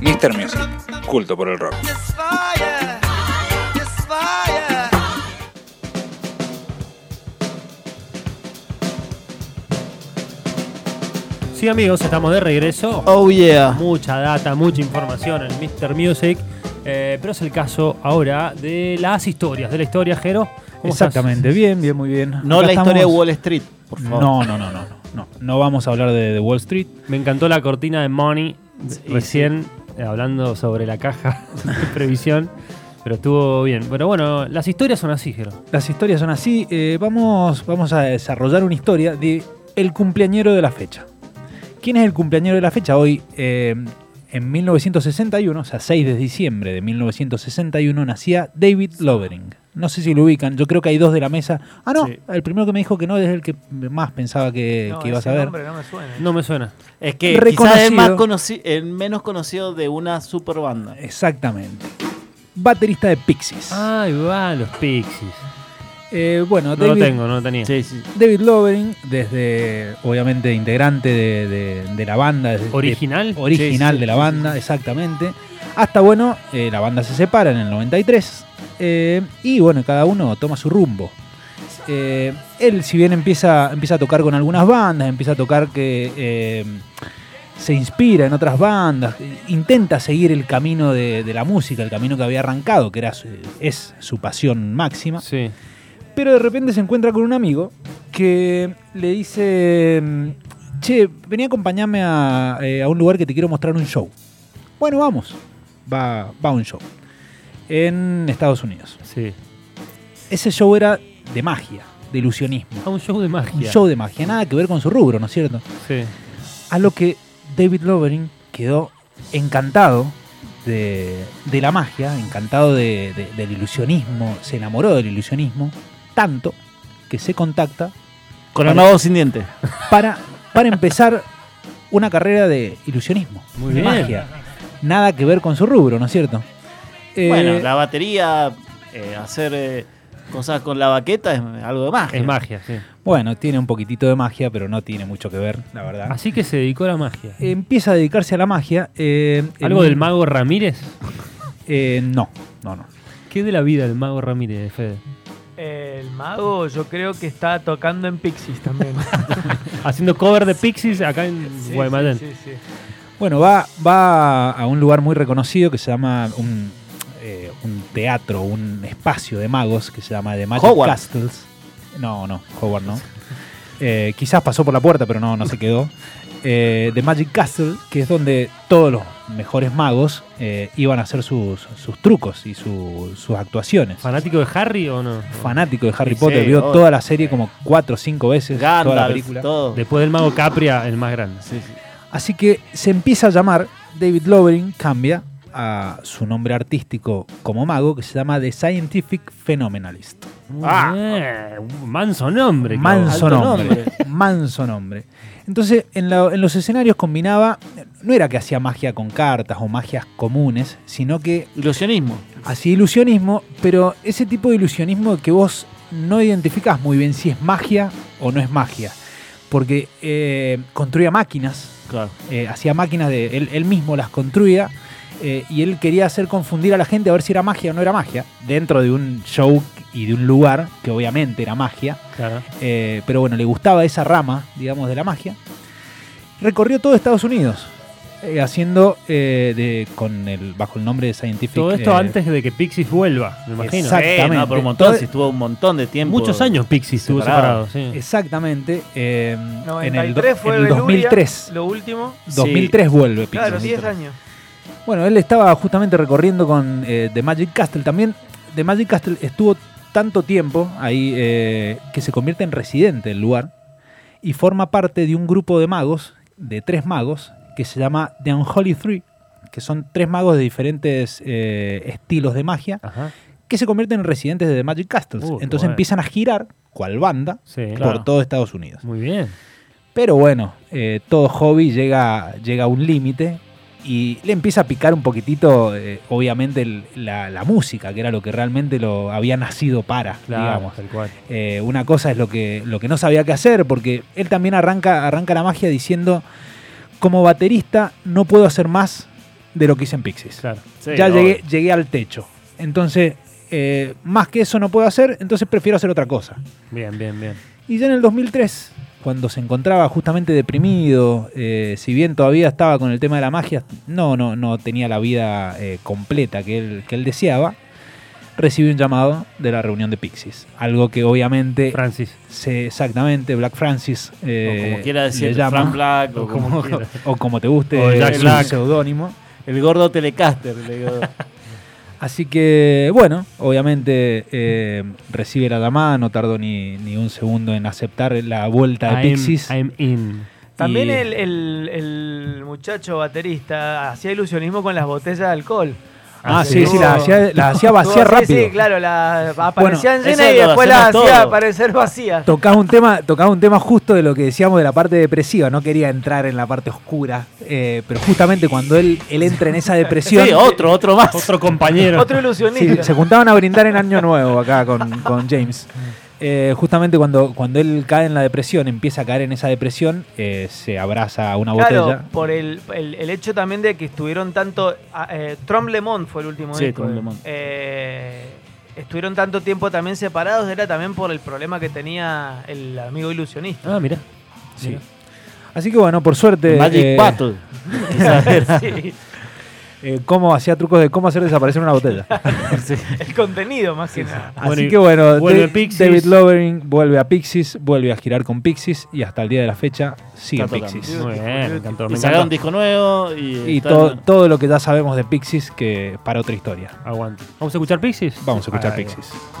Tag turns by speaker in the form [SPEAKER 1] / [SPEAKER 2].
[SPEAKER 1] Mr. Music, culto por el rock.
[SPEAKER 2] Sí, amigos, estamos de regreso.
[SPEAKER 3] Oh yeah.
[SPEAKER 2] Mucha data, mucha información en Mr. Music. Eh, pero es el caso ahora de las historias, de la historia, Jero. ¿Cómo estás?
[SPEAKER 4] Exactamente, bien, bien, muy bien.
[SPEAKER 3] No
[SPEAKER 4] Acá
[SPEAKER 3] la historia de
[SPEAKER 4] estamos-
[SPEAKER 3] Wall Street, por favor.
[SPEAKER 4] No, no, no, no, no, no. No vamos a hablar de, de Wall Street.
[SPEAKER 2] Me encantó la cortina de Money
[SPEAKER 3] Sí,
[SPEAKER 2] recién eh, hablando sobre la caja de previsión. Pero estuvo bien. Pero bueno, las historias son así, Jero.
[SPEAKER 4] Las historias son así. eh, vamos, vamos a desarrollar una historia de el cumpleañero de la fecha. ¿Quién es el cumpleañero de la fecha? Hoy, eh, en 1961, o sea, 6 de diciembre de 1961, nacía David Lovering. No sé si lo ubican, yo creo que hay dos de la mesa. Ah, no,
[SPEAKER 2] Sí.
[SPEAKER 4] el primero que me dijo que no es el que más pensaba que, que iba a saber.
[SPEAKER 2] No me suena.
[SPEAKER 3] Es que
[SPEAKER 4] Reconocido.
[SPEAKER 3] quizás el, más conoci- el menos conocido de una super banda.
[SPEAKER 4] Exactamente. Baterista de Pixies.
[SPEAKER 2] Ay, va, los pixies.
[SPEAKER 4] Eh, bueno,
[SPEAKER 2] Ah. No lo
[SPEAKER 4] David-
[SPEAKER 2] tengo, no lo tenía.
[SPEAKER 3] Sí, sí.
[SPEAKER 4] David Lovering, desde obviamente integrante de, de- de la banda, desde-
[SPEAKER 2] ¿Original?
[SPEAKER 4] de- original
[SPEAKER 3] Sí, sí,
[SPEAKER 4] de la
[SPEAKER 3] sí,
[SPEAKER 4] banda, exactamente. Hasta bueno, eh, la banda se separa en el 93 eh, y bueno, cada uno toma su rumbo. Eh, él, si bien empieza, empieza a tocar con algunas bandas, empieza a tocar que eh, se inspira en otras bandas, intenta seguir el camino de, de la música, el camino que había arrancado, que era su- es su pasión máxima.
[SPEAKER 2] Sí.
[SPEAKER 4] Pero de repente se encuentra con un amigo que le dice, mm, che, vení a acompañarme a, eh, a un lugar que te quiero mostrar un show. Bueno, vamos. Va, va a un show. En Estados Unidos.
[SPEAKER 2] Sí.
[SPEAKER 4] Ese show era de magia, de ilusionismo.
[SPEAKER 2] A un show de magia.
[SPEAKER 4] Un show de magia, nada que ver con su rubro, ¿no es cierto?
[SPEAKER 2] Sí.
[SPEAKER 4] A lo que David Lovering quedó encantado de, de la magia, encantado de- de- del ilusionismo, se enamoró del ilusionismo, tanto que se contacta
[SPEAKER 3] Con
[SPEAKER 4] Vale.
[SPEAKER 3] el nuevo sin dientes.
[SPEAKER 4] para, para empezar una carrera de ilusionismo,
[SPEAKER 2] Muy
[SPEAKER 4] de
[SPEAKER 2] bien.
[SPEAKER 4] magia. Nada que ver con su rubro, ¿no es cierto? Eh,
[SPEAKER 3] bueno, la batería, eh, hacer eh, cosas con la baqueta es algo de magia.
[SPEAKER 2] Es magia, sí.
[SPEAKER 4] bueno, tiene un poquitito de magia, pero no tiene mucho que ver, la verdad.
[SPEAKER 2] Así que se dedicó a la magia.
[SPEAKER 4] Eh, Empieza a dedicarse a la magia. eh, en
[SPEAKER 2] ¿Algo
[SPEAKER 4] un-
[SPEAKER 2] del mago Ramírez?
[SPEAKER 4] Eh, no, no, no.
[SPEAKER 2] ¿Qué de la vida del mago Ramírez, Fede?
[SPEAKER 5] El mago Oh, yo creo que está tocando en Pixies también.
[SPEAKER 2] Haciendo cover de Pixies acá en
[SPEAKER 5] Ah, Sí,
[SPEAKER 2] Guaymallén.
[SPEAKER 5] sí, sí, sí.
[SPEAKER 4] Bueno, va, va a un lugar muy reconocido que se llama un, eh, un teatro, un espacio de magos que se llama The Magic
[SPEAKER 3] Hogwarts.
[SPEAKER 4] Castles. No, no, Howard no. Eh, quizás pasó por la puerta, pero no, no se quedó. Eh, The Magic Castle, que es donde todos los mejores magos eh, iban a hacer sus, sus trucos y su- sus actuaciones.
[SPEAKER 2] ¿Fanático de Harry o no?
[SPEAKER 4] Fanático de Harry
[SPEAKER 3] Sí,
[SPEAKER 4] Potter, vio
[SPEAKER 3] obvio.
[SPEAKER 4] toda la serie como cuatro o cinco veces, toda la
[SPEAKER 3] Gandalf,
[SPEAKER 4] película.
[SPEAKER 3] todo.
[SPEAKER 2] Después del mago Capria, el más grande.
[SPEAKER 3] Sí, sí.
[SPEAKER 4] Así que se empieza a llamar David Lovering, cambia a su nombre artístico como mago, que se llama The Scientific Phenomenalist.
[SPEAKER 2] Muy
[SPEAKER 3] Ah.
[SPEAKER 2] bien. Un Manso nombre. cabrón.
[SPEAKER 4] Manso
[SPEAKER 3] alto
[SPEAKER 4] nombre.
[SPEAKER 3] nombre.
[SPEAKER 4] Manso nombre. Entonces, en, la- en los escenarios combinaba, no era que hacía magia con cartas o magias comunes, sino que
[SPEAKER 3] Ilusionismo.
[SPEAKER 4] hacía ilusionismo, pero ese tipo de ilusionismo que vos no identificás muy bien si es magia o no es magia. Porque eh, construía máquinas,
[SPEAKER 3] Claro.
[SPEAKER 4] eh, hacía máquinas de él, él mismo las construía eh, y él quería hacer confundir a la gente a ver si era magia o no era magia dentro de un show y de un lugar que obviamente era magia
[SPEAKER 2] Claro.
[SPEAKER 4] eh, pero bueno le gustaba esa rama digamos de la magia recorrió todo Estados Unidos eh, haciendo eh, de- con el bajo el nombre de Scientific
[SPEAKER 2] Todo esto
[SPEAKER 4] eh,
[SPEAKER 2] antes de que Pixies vuelva, me imagino.
[SPEAKER 4] Exacto. Exactamente.
[SPEAKER 3] Eh, no, por un montón,
[SPEAKER 4] Todo-
[SPEAKER 3] si estuvo un montón de tiempo.
[SPEAKER 2] Muchos años Pixies estuvo separado,
[SPEAKER 3] Separado.
[SPEAKER 2] sí.
[SPEAKER 4] exactamente eh, en el, do-
[SPEAKER 5] 93 fue
[SPEAKER 4] en el
[SPEAKER 5] Beluria,
[SPEAKER 4] 2003
[SPEAKER 5] Lo último.
[SPEAKER 3] Sí.
[SPEAKER 4] 2003 vuelve
[SPEAKER 5] Claro,
[SPEAKER 4] Pixies.
[SPEAKER 5] 10 años.
[SPEAKER 4] Bueno, él estaba justamente recorriendo con eh, The Magic Castle. También The Magic Castle estuvo tanto tiempo ahí eh, que se convierte en residente del lugar y forma parte de un grupo de magos, de tres magos, que se llama The Unholy Three, que son tres magos de diferentes eh, estilos de magia
[SPEAKER 2] Ajá.
[SPEAKER 4] que se convierten en residentes de The Magic Castle.
[SPEAKER 2] Uh, qué
[SPEAKER 4] Entonces
[SPEAKER 2] bueno.
[SPEAKER 4] empiezan a girar, cual banda,
[SPEAKER 2] Sí,
[SPEAKER 4] por todo Estados Unidos.
[SPEAKER 2] Muy bien.
[SPEAKER 4] Pero bueno, eh, todo hobby llega, llega a un límite y le empieza a picar un poquitito, eh, obviamente, el- la, la música, que era lo que realmente lo había nacido para,
[SPEAKER 2] Claro,
[SPEAKER 4] digamos.
[SPEAKER 2] tal cual.
[SPEAKER 4] Eh, una cosa es lo que, lo que no sabía qué hacer, porque él también arranca, arranca la magia diciendo, como baterista no puedo hacer más de lo que hice en Pixies.
[SPEAKER 2] Claro.
[SPEAKER 3] Sí,
[SPEAKER 4] ya
[SPEAKER 3] no,
[SPEAKER 4] llegué, llegué al techo. Entonces, eh, más que eso no puedo hacer, entonces prefiero hacer otra cosa.
[SPEAKER 2] Bien, bien, bien.
[SPEAKER 4] Y ya en el 2003, cuando se encontraba justamente deprimido, eh, si bien todavía estaba con el tema de la magia, no, no, no tenía la vida eh, completa que él, que él deseaba, recibió un llamado de la reunión de Pixies. Algo que obviamente,
[SPEAKER 2] Francis.
[SPEAKER 4] se- exactamente, Black Francis eh,
[SPEAKER 3] o como quiera
[SPEAKER 4] le
[SPEAKER 3] decir,
[SPEAKER 4] llama,
[SPEAKER 3] Frank Black, o
[SPEAKER 4] o,
[SPEAKER 3] como-
[SPEAKER 4] como,
[SPEAKER 2] quiera.
[SPEAKER 4] o como te guste,
[SPEAKER 3] O Jack
[SPEAKER 4] es un
[SPEAKER 3] Black.
[SPEAKER 4] seudónimo.
[SPEAKER 3] el gordo Telecaster. le digo.
[SPEAKER 4] Así que, bueno, obviamente eh, recibe la llamada, no tardó ni, ni un segundo en aceptar la vuelta de
[SPEAKER 2] I'm-
[SPEAKER 4] Pixies.
[SPEAKER 2] I'm in.
[SPEAKER 5] También
[SPEAKER 4] Y-
[SPEAKER 5] el, el- el muchacho baterista hacía ilusionismo con las botellas de alcohol.
[SPEAKER 4] Ah,
[SPEAKER 2] Así
[SPEAKER 4] sí,
[SPEAKER 2] es.
[SPEAKER 4] sí, las hacía, las hacía
[SPEAKER 5] Sí,
[SPEAKER 4] vacías rápido.
[SPEAKER 5] Sí, claro, las aparecían
[SPEAKER 3] Bueno,
[SPEAKER 5] llenas
[SPEAKER 3] eso
[SPEAKER 5] y
[SPEAKER 3] lo
[SPEAKER 5] después las
[SPEAKER 3] hacemos
[SPEAKER 5] hacía
[SPEAKER 3] todos.
[SPEAKER 5] aparecer vacías.
[SPEAKER 4] Tocaba un, tema, tocaba un tema justo de lo que decíamos de la parte depresiva. No quería entrar en la parte oscura. eh, pero justamente cuando él, él entra en esa depresión.
[SPEAKER 3] Sí, otro, otro más.
[SPEAKER 2] Otro compañero.
[SPEAKER 5] Otro
[SPEAKER 4] Sí,
[SPEAKER 5] ilusionista.
[SPEAKER 4] se juntaban a brindar en Año Nuevo acá con, con James. Eh, justamente cuando, cuando él cae en la depresión, empieza a caer en esa depresión, eh, se abraza a una
[SPEAKER 5] claro,
[SPEAKER 4] botella.
[SPEAKER 5] por el, el- el hecho también de que estuvieron tanto. ah, Eh, Trom Lemon fue el último
[SPEAKER 3] Sí,
[SPEAKER 5] disco.
[SPEAKER 3] Trom Le Monde.
[SPEAKER 5] Eh, estuvieron tanto tiempo también separados, era también por el problema que tenía el amigo ilusionista.
[SPEAKER 2] Ah, mira.
[SPEAKER 4] Sí. Así que bueno, por suerte.
[SPEAKER 3] Magic
[SPEAKER 4] eh,
[SPEAKER 3] Battle. Esa era.
[SPEAKER 5] Sí,
[SPEAKER 4] eh, cómo hacía trucos de cómo hacer desaparecer una botella.
[SPEAKER 3] Sí.
[SPEAKER 5] el contenido más que nada.
[SPEAKER 4] Así
[SPEAKER 2] Bueno, y
[SPEAKER 4] que bueno,
[SPEAKER 2] vuelve
[SPEAKER 4] Da-
[SPEAKER 2] Pixies.
[SPEAKER 4] David Lovering vuelve a Pixies, vuelve a girar con Pixies y hasta el día de la fecha sigue
[SPEAKER 3] Está
[SPEAKER 4] en
[SPEAKER 3] tocando.
[SPEAKER 4] Pixies.
[SPEAKER 2] Muy bien, me encantó.
[SPEAKER 3] Y
[SPEAKER 2] Me
[SPEAKER 3] sacaron
[SPEAKER 2] encantó.
[SPEAKER 3] disco nuevo y,
[SPEAKER 4] Y
[SPEAKER 3] están-
[SPEAKER 4] to- todo lo que ya sabemos de Pixies que para otra historia.
[SPEAKER 2] Aguante. ¿Vamos a escuchar Pixies?
[SPEAKER 4] Vamos a escuchar
[SPEAKER 2] Ahí va.
[SPEAKER 4] Pixies.